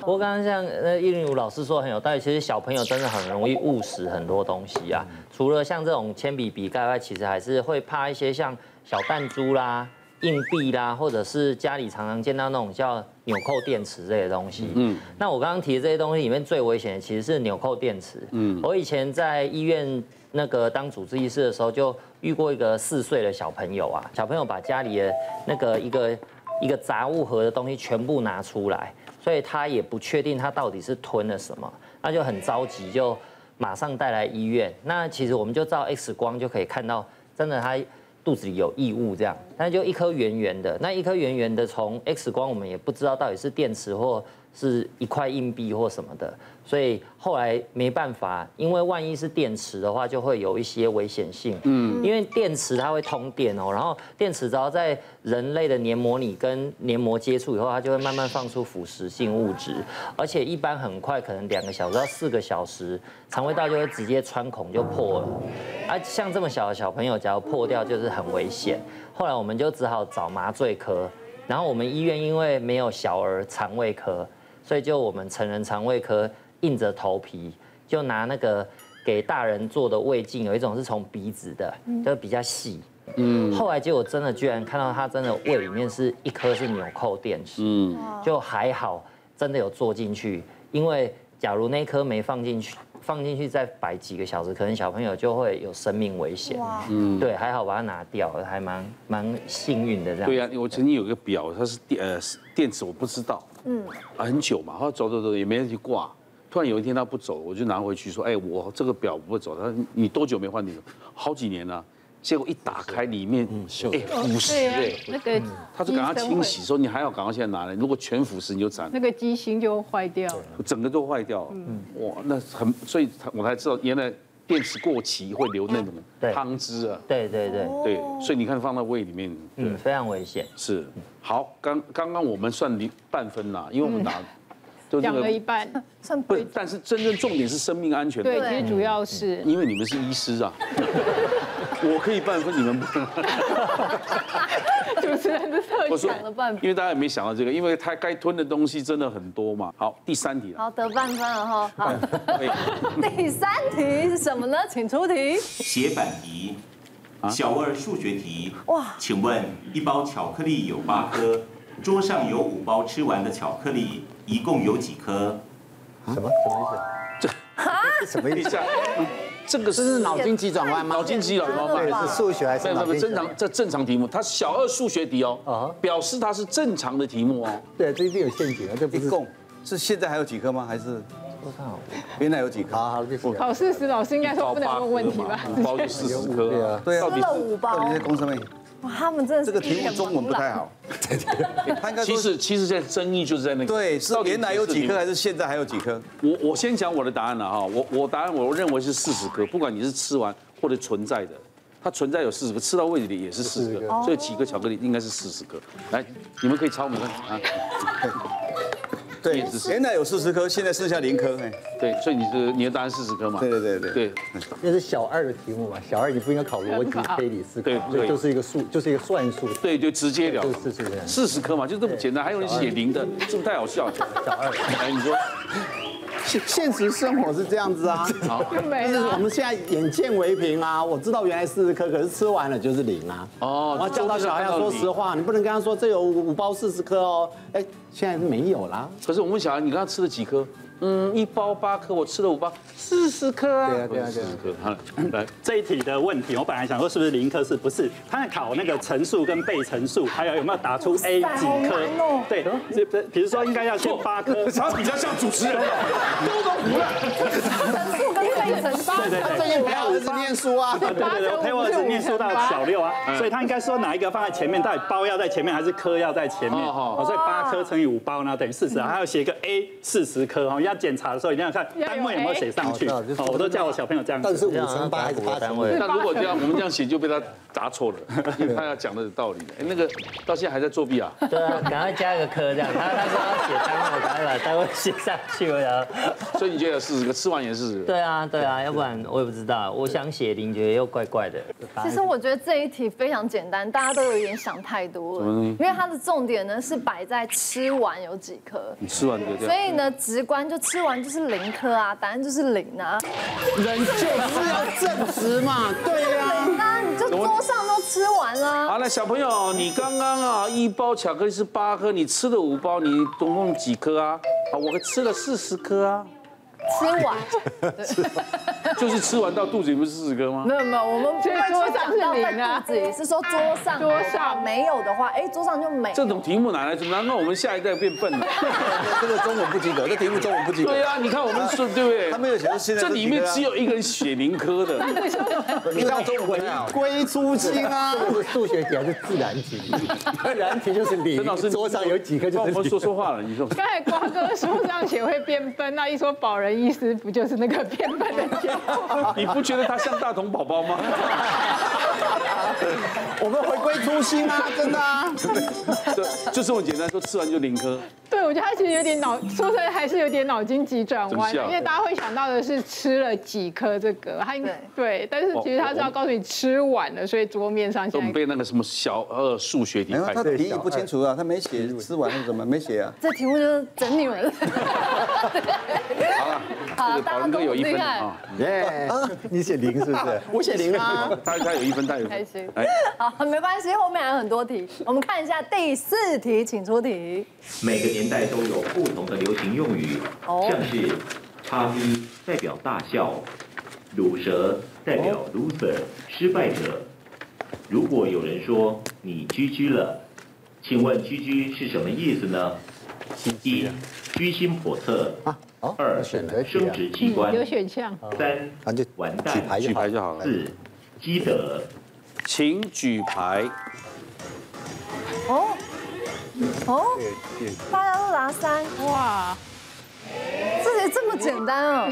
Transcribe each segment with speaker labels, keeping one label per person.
Speaker 1: 不过刚刚像那叶云武老师说很有道理，其实小朋友真的很容易误食很多东西啊。除了像这种铅笔笔盖外，其实还是会怕一些像小弹珠啦、硬币啦，或者是家里常常见到那种叫纽扣电池这些东西。嗯，那我刚刚提的这些东西里面最危险的其实是纽扣电池。嗯，我以前在医院那个当主治医师的时候，就遇过一个四岁的小朋友啊，小朋友把家里的那个一个一个杂物盒的东西全部拿出来，所以他也不确定他到底是吞了什么，那就很着急，就马上带来医院。那其实我们就照 X 光就可以看到，真的他肚子里有异物这样，那就一颗圆圆的，那一颗圆圆的从 X 光我们也不知道到底是电池或是一块硬币或什么的，所以后来没办法，因为万一是电池的话，就会有一些危险性。嗯，因为电池它会通电哦，然后电池只要在人类的黏膜里跟黏膜接触以后，它就会慢慢放出腐蚀性物质，而且一般很快，可能两个小时到四个小时，肠胃道就会直接穿孔就破了。啊，像这么小的小朋友，只要破掉就是很危险。后来我们就只好找麻醉科，然后我们医院因为没有小儿肠胃科，所以就我们成人肠胃科硬着头皮就拿那个给大人做的胃镜，有一种是从鼻子的，就比较细。嗯，后来结果真的居然看到他真的胃里面是一颗是纽扣电池，嗯，就还好真的有做进去，因为假如那颗没放进去，放进去再摆几个小时，可能小朋友就会有生命危险。嗯，对，还好把它拿掉，还蛮蛮幸运的这样。
Speaker 2: 对呀、我曾经有一个表，它是电呃电池，我不知道，嗯，很久嘛，后来走走走也没人去挂。突然有一天它不走，我就拿回去说，哎，我这个表不会走。他说你多久没换电池？好几年了、结果一打开，里面哎腐
Speaker 3: 对
Speaker 2: 蚀
Speaker 3: 啊
Speaker 2: 哎，，
Speaker 3: 那个
Speaker 2: 他就赶快清洗，说你还要赶快现在拿来，如果全腐蚀你就惨了
Speaker 3: 那，个机芯就坏掉了。
Speaker 2: 整个都坏掉了。哇，那很，所以他我才知道原来电池过期会留那种
Speaker 1: 对
Speaker 2: 汤汁啊，
Speaker 1: 对对对，
Speaker 2: 对，所以你看放在胃里面，对。
Speaker 1: 嗯，非常危险。
Speaker 2: 是，好，刚刚刚我们算零半分啦，因为我们拿，就
Speaker 3: 嗯讲了一半，
Speaker 4: 算
Speaker 2: 不是，但是真正重点是生命安全。
Speaker 3: 对，其实主要是
Speaker 2: 因为你们是医师 啊，我可以半分，你们不能。
Speaker 3: 主持人的特
Speaker 2: 我说
Speaker 4: 想了半，分
Speaker 2: 因为大家也没想到这个，因为他该吞的东西真的很多嘛。好，第三题了，
Speaker 4: 好，得半分了哈。好，
Speaker 2: 哎
Speaker 4: 第三题是什么呢？请出题。
Speaker 5: 写板题，
Speaker 6: 啊
Speaker 5: 小二数学题。
Speaker 4: 哇
Speaker 5: 哇，请问一包巧克力有八颗，桌上有五包吃完的巧克力，一共有几颗？
Speaker 6: 什么什么意思？这啊什么
Speaker 2: 等
Speaker 6: 意
Speaker 2: 一
Speaker 6: 思？
Speaker 2: 下，这个
Speaker 7: 这是脑筋急转弯吗？
Speaker 2: 脑筋急转弯
Speaker 6: 到
Speaker 2: 吧
Speaker 6: 底？是数学还
Speaker 2: 没
Speaker 6: 是
Speaker 2: 有
Speaker 6: 脑
Speaker 2: 没有，
Speaker 6: 筋急
Speaker 2: 正
Speaker 6: 转弯
Speaker 2: 常，这正常题目，它是小二数学题
Speaker 6: 啊
Speaker 2: 哦
Speaker 6: 哈，
Speaker 2: 表示它是正常的题目哦。
Speaker 6: 对，这一定有陷阱啊，这不
Speaker 8: 一
Speaker 6: 是
Speaker 8: 共是现在还有几颗吗？还是
Speaker 6: 多少？
Speaker 8: 原来有几颗？
Speaker 6: 好好，谢谢。
Speaker 3: 考试时老师应该
Speaker 2: 包
Speaker 3: 说不能问问题吧？
Speaker 2: 五嗯包就四十
Speaker 6: 对
Speaker 2: 颗
Speaker 6: 啊
Speaker 2: 啊，
Speaker 8: 对啊
Speaker 2: 到，底
Speaker 4: 了
Speaker 2: 是
Speaker 4: 五包
Speaker 8: 到底是公司妹，
Speaker 4: 哇，他们真的是
Speaker 8: 这个题目中文不太 好。他应该
Speaker 2: 其
Speaker 8: 说
Speaker 2: 实其实现在争议就是在那个，
Speaker 8: 对，是原来有几颗还
Speaker 2: 是？
Speaker 8: 是现在还有几颗？
Speaker 2: 我我先讲我的答案了哈，我我答案我认为是四十颗，不管你是吃完或者存在的，它存在有四十颗，吃到胃里也是四十
Speaker 6: 40
Speaker 2: 颗
Speaker 6: 个，
Speaker 2: 所以几个巧克力应该是四十颗。来，你们可以抄我们看啊，
Speaker 8: 对，原来有四十颗，现在剩下零颗。哎，
Speaker 2: 对，所以你的你的答案四十颗嘛？
Speaker 8: 对对对对
Speaker 2: 对，
Speaker 6: 那是小二的题目嘛，小二你不应该考逻 辑推理思考
Speaker 2: 对，
Speaker 6: 这
Speaker 2: 对
Speaker 6: 就是一个数，就是一个算术。
Speaker 2: 对，就直截了
Speaker 6: 就，是这样
Speaker 2: 四十颗嘛，就这么简单。还有人写零的，这不太好笑。小 二，来你说，
Speaker 7: 现现实生活是这样 子啊，
Speaker 3: 就没
Speaker 7: 就是我
Speaker 3: 了。
Speaker 7: 们现在眼见为凭啊。我知道原来四十颗，可是吃完了就是零啊。
Speaker 2: 哦
Speaker 7: 我要教导小孩要说实话，你不能跟他说这有五五包四十颗哦。哎，现在没有啦。
Speaker 2: 可是我问小孩，你刚刚吃了几颗？嗯，一包八颗，我吃了五包，四十颗啊。
Speaker 6: 对啊对啊
Speaker 2: 四
Speaker 6: 对啊
Speaker 2: 十颗，好了，来，
Speaker 9: 这一题的问题，我本来想说是不是零颗是不是？他在考那个乘数跟被乘数，还有有没有答出 A 几颗？对，这这比如说应该要先八颗，
Speaker 2: 他比较像主持人啊了。
Speaker 4: 乘数跟倍乘数，
Speaker 9: 对对对。
Speaker 7: 最近陪儿子念书啊，
Speaker 9: 对对对，我陪我儿子念书到小六啊，所以他应该说哪一个放在前面，到底包要在前面还是颗要在前面？
Speaker 2: 哦
Speaker 9: 哦，所以八颗乘以五包呢，等于四十啊，还要写一个 A 四十颗哦，因要检查的时候一定要看
Speaker 3: 要有
Speaker 9: 单位有没有写上去。
Speaker 6: A
Speaker 2: 嗯
Speaker 6: 哦是
Speaker 9: 哦，我都叫我小朋友这样
Speaker 6: 但是
Speaker 9: 子。
Speaker 6: 五乘八还是八乘
Speaker 1: 单
Speaker 6: 五？
Speaker 1: 位
Speaker 2: 那如果这样，我们这样写就被他答错了，因为他要讲的有道理。哎，那个到现在还在作弊啊？
Speaker 1: 对啊，赶快加一个科这样。他他说要写单位，我赶快把单位写上去，我想说。
Speaker 2: 所以你觉得四十个吃完也是四十个？
Speaker 1: 对啊，对啊，要不然我也不知道。我想写林觉得又怪怪的。
Speaker 4: 其实我觉得这一题非常简单，大家都有点想太多了，
Speaker 8: 嗯
Speaker 4: 因为它的重点呢是摆在吃完有几颗，
Speaker 2: 你吃完就
Speaker 8: 嗯
Speaker 2: 这
Speaker 4: 所
Speaker 2: 样。
Speaker 4: 以呢直观就吃完就是零颗啊，答案就是零啊，
Speaker 7: 人就是要正直嘛，对呀、
Speaker 4: 那你就桌上都吃完啦，
Speaker 8: 嗯
Speaker 2: 好了，小朋友，你刚刚啊，一包巧克力是八颗，你吃了五包，你总共几颗啊？啊，我吃了四十颗啊，
Speaker 4: 吃 完
Speaker 2: 就是吃完到肚子里不是四十颗吗？
Speaker 4: 没有没有，我们不
Speaker 3: 所以
Speaker 4: 会
Speaker 3: 桌
Speaker 4: 去
Speaker 3: 上
Speaker 4: 讲
Speaker 3: 是
Speaker 4: 到
Speaker 3: 零啊
Speaker 4: 在肚子里，是说桌上
Speaker 3: 桌上
Speaker 4: 没有的话，哎桌上就没
Speaker 2: 这种题目哪来？难道我们下一代变笨 了？
Speaker 8: 这个中文不及格，这题目中文不及格。
Speaker 2: 对
Speaker 4: 啊
Speaker 2: 呀、你看我们是，对不对？
Speaker 8: 他没有写到现在
Speaker 2: 这里面
Speaker 6: 啊
Speaker 2: 只有一个人写零科的，
Speaker 8: 你看中文不 好
Speaker 7: 归出清啊。
Speaker 6: 这个是数学题还是自然题？自然题就是零
Speaker 2: 陈老师，，
Speaker 6: 桌上有几个就
Speaker 2: 帮我
Speaker 6: 是
Speaker 2: 们说
Speaker 6: 零。
Speaker 2: 说话了，你说。
Speaker 3: 刚才瓜哥说上写会变笨，那一说保人医师，不就是那个变笨的结果？
Speaker 2: 你不觉得他像大童宝宝吗？
Speaker 7: 我们回归初心啊，真的啊。
Speaker 2: 对，就这么简单，说吃完就零颗。
Speaker 3: 对，我觉得他其实有点 脑，说真的还是有点脑筋急转弯
Speaker 2: 怎么
Speaker 3: 的，
Speaker 2: 笑
Speaker 3: 因为大家会想到的是吃了几颗这个，他应
Speaker 4: 对
Speaker 3: 对，但是其实他是要告诉你吃完了，所以桌面上
Speaker 2: 哦我
Speaker 3: 现
Speaker 2: 们
Speaker 3: 在
Speaker 2: 被那个什么小二数学题
Speaker 8: 没有，
Speaker 2: 害
Speaker 8: 他
Speaker 2: 死。
Speaker 8: 题意不清楚啊，他没写吃完是什么，没写啊。
Speaker 4: 这题目就是整你们了。
Speaker 2: 好了，
Speaker 4: 好
Speaker 2: 这个宝仁哥有一分了啊，
Speaker 6: 耶，你写零是不是？
Speaker 7: 我写零啊。
Speaker 2: 他他有一分，他有一
Speaker 4: 开
Speaker 2: 分
Speaker 4: 心。
Speaker 2: 哎，
Speaker 4: 好，没关系，后面还有很多题，我们看一下第四题，请出题。
Speaker 5: 每个年代都有不同的流行用语，
Speaker 4: 哦
Speaker 5: 像是叉 V 代表大笑，乳蛇代表 loser 失败者。如果有人说你 GG 了，请问 GG 是什么意思呢？一居心叵测，二
Speaker 6: 选择题啊
Speaker 5: 生殖器官，
Speaker 3: 有选项，
Speaker 5: 三
Speaker 6: 啊就
Speaker 5: 完
Speaker 6: 举
Speaker 5: 蛋，
Speaker 6: 牌就
Speaker 2: 举
Speaker 6: 好。
Speaker 2: 牌就好了。
Speaker 5: 四积德。
Speaker 2: 请举牌。
Speaker 4: 哦，哦，大家都拿三，
Speaker 3: 哇，
Speaker 4: 这题这么简单哦，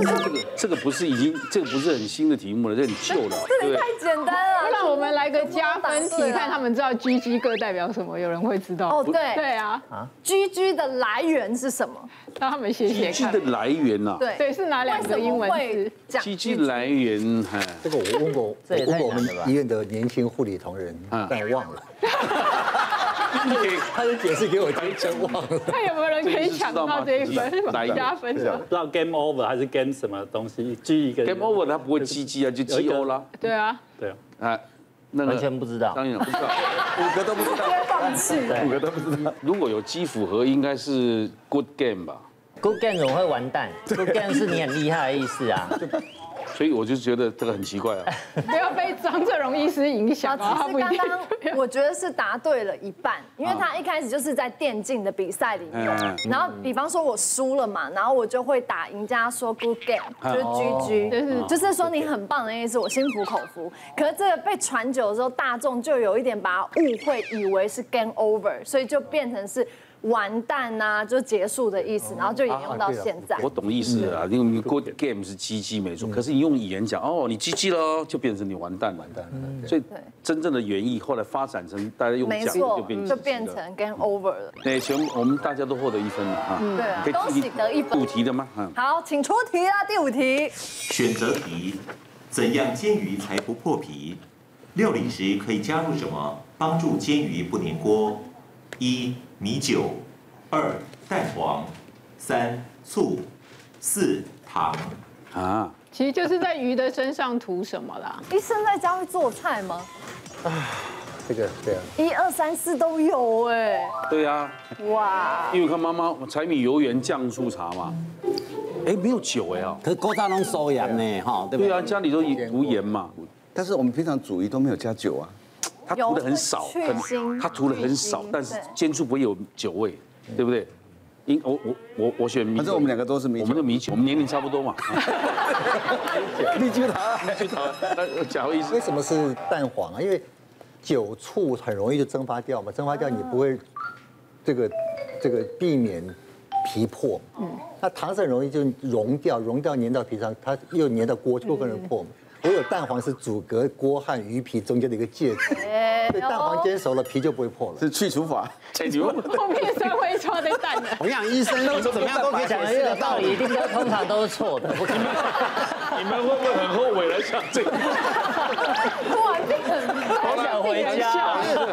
Speaker 2: 这个这个不是已经，这个不是很新的题目了，这很旧了，
Speaker 4: 这
Speaker 2: 对不
Speaker 4: 题
Speaker 2: 对？
Speaker 4: 太简单了。
Speaker 3: 不然我们来个加分
Speaker 4: 对
Speaker 3: 题，
Speaker 4: 啊
Speaker 3: 看他们知道居居哥代表什么，有人会知道。
Speaker 4: 哦，对
Speaker 3: 对啊，
Speaker 4: 居居的来源是什么？
Speaker 3: 让他们写写
Speaker 2: 鸡
Speaker 3: 看
Speaker 2: 的。来源啊呐，
Speaker 4: 对
Speaker 3: 对，是哪两
Speaker 4: 为
Speaker 3: 个
Speaker 4: 什
Speaker 3: 英
Speaker 4: 么
Speaker 3: 文字
Speaker 4: 会？讲
Speaker 2: 鸡鸡来源，哎，
Speaker 6: 这个我问过，我
Speaker 1: 这也
Speaker 6: 问
Speaker 1: 太
Speaker 6: 过我们
Speaker 1: 难了吧
Speaker 6: 医院的年轻护理同仁，
Speaker 7: 啊
Speaker 2: 嗯
Speaker 6: 但忘 了，
Speaker 2: 给
Speaker 6: 他的解释给我听，真忘了。
Speaker 3: 看有没有人可以抢 到这一
Speaker 2: 这个是
Speaker 3: 分
Speaker 2: 知道吗，
Speaker 3: 把它加分的。
Speaker 9: 不知道 game over 还是 game 什么东西，G 一个
Speaker 2: game over，他不会鸡鸡啊，就鸡欧啦，
Speaker 3: 对啊，
Speaker 9: 对啊，
Speaker 2: 哎，那个
Speaker 1: 完全不知道，
Speaker 2: 当然不知道。
Speaker 8: 五个都不知道，
Speaker 4: 放弃。
Speaker 2: 如果有鸡符合，应该是 good game 吧。
Speaker 1: Good game 怎么会完蛋？Good game 是你很厉害的意思 啊。
Speaker 2: 所以我就觉得这个很奇怪啊。
Speaker 3: 不要被张振荣医师影
Speaker 4: 啊，
Speaker 3: 响啊，哦他
Speaker 4: 其
Speaker 3: 不
Speaker 4: 实
Speaker 3: 一定
Speaker 4: 刚。刚我觉得是答对了一半，因为他一开始就是在电竞的比赛里面
Speaker 2: 嗯，
Speaker 4: 然后比方说我输了嘛，然后我就会打赢家说 good game，就是
Speaker 2: 哦
Speaker 4: GG，
Speaker 3: 就是
Speaker 4: 就是说你很棒的意思，我心服口服。可是这个被传久的时候，大众就有一点把它误会，以为是 game over，所以就变成是完蛋呐、就结束的意思，然后就沿用到现在。
Speaker 2: 我懂意思哦啊了啦，因为 good game 是鸡鸡没错，可是你用语言讲哦，你鸡鸡喽，就变成你完蛋完蛋了。所以真正的原意后来发展成大家用
Speaker 4: 没
Speaker 2: 讲的就
Speaker 4: 错
Speaker 2: 变，
Speaker 4: 就
Speaker 2: 成
Speaker 4: 变
Speaker 2: 鸡鸡了。
Speaker 4: 成 game over 了。
Speaker 2: 对，全我们大家都获得一分了哈。
Speaker 4: 对啊
Speaker 2: 可以
Speaker 4: 恭喜得一分
Speaker 2: 五题的吗？嗯，
Speaker 4: 好，请出题啦，第五题。
Speaker 5: 选择题：怎样煎鱼才不破皮？料理时可以加入什么帮助煎鱼不粘锅？一、米酒；二、蛋黄；三、醋；四、糖。
Speaker 2: 啊，
Speaker 3: 其实就是在鱼的身上涂什么啦？
Speaker 4: 医生在家会做菜吗？
Speaker 6: 这个对啊，
Speaker 4: 一二三四都有哎，
Speaker 2: 对啊，
Speaker 4: 哇！
Speaker 2: 因为看妈妈柴米油盐酱醋茶嘛，哎，没有酒哎哦，
Speaker 7: 可是高大龙收养呢，哈，对不
Speaker 2: 对
Speaker 7: 对？
Speaker 2: 啊，家里都无盐嘛，
Speaker 8: 但是我们平常煮鱼都没有加酒啊。
Speaker 2: 它涂的很少，
Speaker 4: 有会去
Speaker 2: 很
Speaker 4: 腥
Speaker 2: 它涂的很少
Speaker 4: 去腥，
Speaker 2: 但是
Speaker 4: 对
Speaker 2: 煎出不会有酒味，对不对？因我我我我选米酒，
Speaker 8: 嗯反正我们两个都是米酒
Speaker 2: 我们的米酒，我们年龄差不 多嘛。
Speaker 8: 你就他
Speaker 2: 去讨那假如意思
Speaker 6: 为，什么是蛋黄啊？因为酒醋很容易就蒸发掉嘛，蒸发掉你不会这个这个避免皮破，嗯，那糖是很容易就溶掉，溶掉粘到皮上，它又粘到锅就更容易破嘛。唯有蛋黄是阻隔锅和鱼皮中间的一个介质，
Speaker 4: 哎
Speaker 6: 所以蛋黄煎熟了皮就不会破了。
Speaker 8: 是去除法。
Speaker 2: 哎，你们
Speaker 3: 后面三会抓的蛋 呢？
Speaker 7: 我跟你讲，医生怎么样都可以解
Speaker 1: 讲
Speaker 7: 释
Speaker 1: 这个
Speaker 7: 得到
Speaker 1: 哎道理一定都通常都是错的，不可能。
Speaker 2: 你们会不会很后悔来想这 个？
Speaker 4: 突然变很
Speaker 1: 好想回家。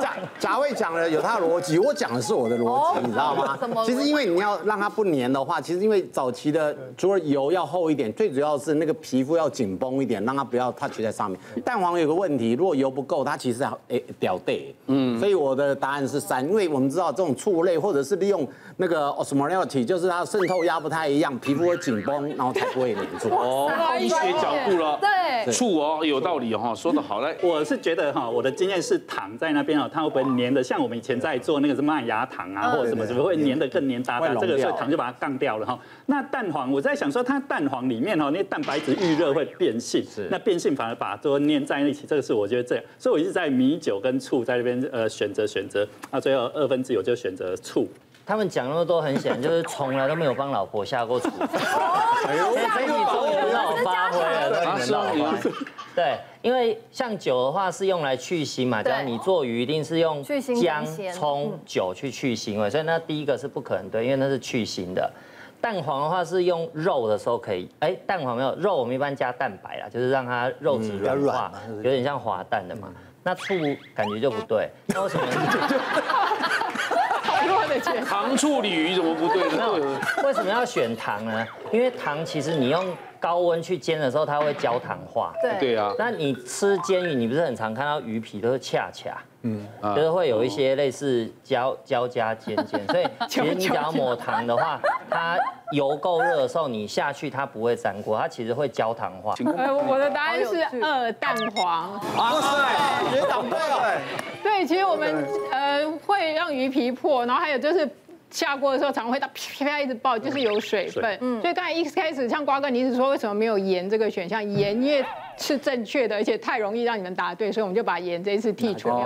Speaker 7: 贾贾卫讲的有他的逻辑，我讲的是我的哦逻辑，你知道
Speaker 4: 怎
Speaker 7: 吗
Speaker 4: 么？
Speaker 7: 其实因为你要让它不粘的话，其实因为早期的除了油要厚一点，最主要是那个皮肤要紧绷一点，让它不要 touch 在上面。蛋黄有个问题，如果油不够，它其实还诶掉对，嗯，所以我的答案是三，因为我们知道这种醋类或者是利用那个 osmolality，就是它渗透压不太一样，皮肤会紧绷，然后才不会粘住。
Speaker 2: 哦， 医学角度了，
Speaker 4: 对
Speaker 2: 醋哦，有道理哈，说的好来。
Speaker 9: 我是觉得哈，我的经验是糖在那边哦，它会不会粘的？像我们以前在做那个是麦芽糖啊，或者什么什么会粘的更粘哒哒，这个所以糖就把它杠掉了哈。那蛋黄，我在想说它蛋黄里面哦，那蛋白质遇热会变性，那变性反而把它都粘在一起，这个是我觉得这样，所以我一直在米酒跟醋在那边呃选择选择，那最后二分之一我就选择醋。
Speaker 1: 他们讲那么多，很显就是从来都没有帮老婆下过厨。哎所以你终于让我发挥了，让你们让我发挥。对，因为像酒的话是用来去腥嘛，
Speaker 4: 对
Speaker 1: 像你做鱼一定是用
Speaker 4: 去腥
Speaker 1: 姜
Speaker 4: 跟鲜、嗯
Speaker 1: 葱、酒去去腥味，所以那第一个是不可能对，因为那是去腥的。蛋黄的话是用肉的时候可以，哎，蛋黄没有肉，我们一般加蛋白啦，就是让它肉质软
Speaker 6: 比较软
Speaker 1: 化
Speaker 6: 嘛，
Speaker 1: 有点像滑蛋的嘛。那醋感觉就不对，那为什么？
Speaker 3: 好弱的解释。
Speaker 2: 糖醋鲤鱼怎么不对
Speaker 1: 那
Speaker 2: 呢？
Speaker 1: 为什么要选糖呢？因为糖其实你用高温去煎的时候，它会焦糖化。
Speaker 4: 对
Speaker 2: 对啊，
Speaker 1: 那你吃煎鱼，你不是很常看到鱼皮都是恰恰，嗯，就是会有一些类似焦焦加尖尖， 所以其实你只要抹糖的话，它油够热的时候你下去它不会粘锅，它其实会焦糖化。
Speaker 3: 呃，我我的答案是二蛋黄。
Speaker 7: 哇塞，学长对哦了，
Speaker 3: 对，其实我们呃会让鱼皮破，然后还有就是。下锅的时候常会它噼噼啪一直爆，就是有水分。嗯，所以刚才一开始像瓜哥，你一直说为什么没有盐这个选项？盐因为是正确的，而且太容易让你们答对，所以我们就把盐这一次剔除掉。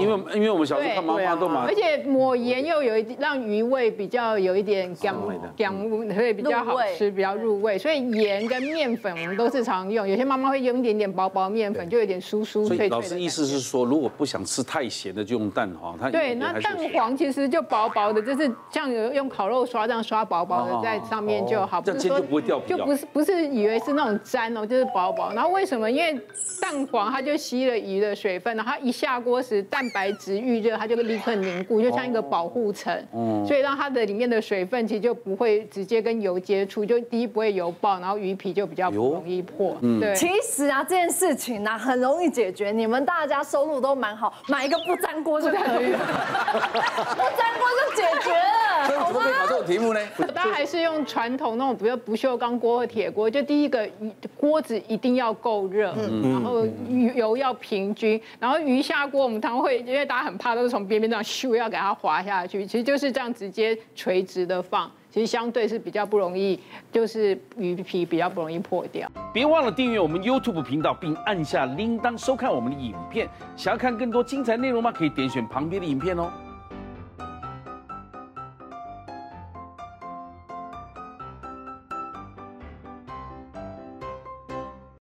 Speaker 2: 因为因为我们小时候看妈妈都
Speaker 4: 啊
Speaker 2: 买
Speaker 3: 啊而，且抹盐又有一点让鱼味比较有一点
Speaker 2: 嗯
Speaker 3: 香香味，所以比较好吃，比较入味。所以盐跟面粉我们都是常用，有些妈妈会用一点点薄薄面粉，就有点酥酥
Speaker 2: 所
Speaker 3: 脆
Speaker 2: 以
Speaker 3: 脆
Speaker 2: 老
Speaker 3: 的。
Speaker 2: 师意思是说，如果不想吃太咸的，就用蛋黄。它
Speaker 3: 对，
Speaker 2: 有点
Speaker 3: 那
Speaker 2: 还是
Speaker 3: 蛋
Speaker 2: 有
Speaker 3: 黄其实就薄薄的，就是像有用烤肉刷这样刷薄薄
Speaker 2: 哦
Speaker 3: 的在上面就好，
Speaker 2: 这样煎就不会掉皮
Speaker 3: 就
Speaker 2: 哦
Speaker 3: 不是不是以为是那种粘哦，就是薄薄。然后为什么？因为蛋黄它就吸了鱼的水分，然后它一下锅时蛋白质预热，它就立刻凝固，就像一个
Speaker 2: 哦
Speaker 3: 保护层，
Speaker 2: 嗯
Speaker 3: 所以让它的里面的水分其实就不会直接跟油接触，就第一不会油爆，然后鱼皮就比
Speaker 2: 哎
Speaker 3: 较不容易破。
Speaker 2: 嗯
Speaker 3: 对。
Speaker 4: 其实啊，这件事情呢、啊、很容易解决，你们大家收入都蛮好，买一个不粘锅就可以了，不粘锅就解决了，好
Speaker 8: 怎么可以
Speaker 4: 吗？
Speaker 8: 考这种题目呢？
Speaker 3: 大家还是用传统那种，比如不锈钢锅和铁锅。就第一个，锅子一定要够热，然后鱼油要平均，然后鱼下锅我们常会，因为大家很怕都是从边边这样咻要给它滑下去，其实就是这样直接垂直的放，其实相对是比较不容易，就是鱼皮比较不容易破掉。
Speaker 10: 别忘了订阅我们 YouTube 频道，并按下铃铛收看我们的影片。想要看更多精彩内容吗？可以点选旁边的影片哦。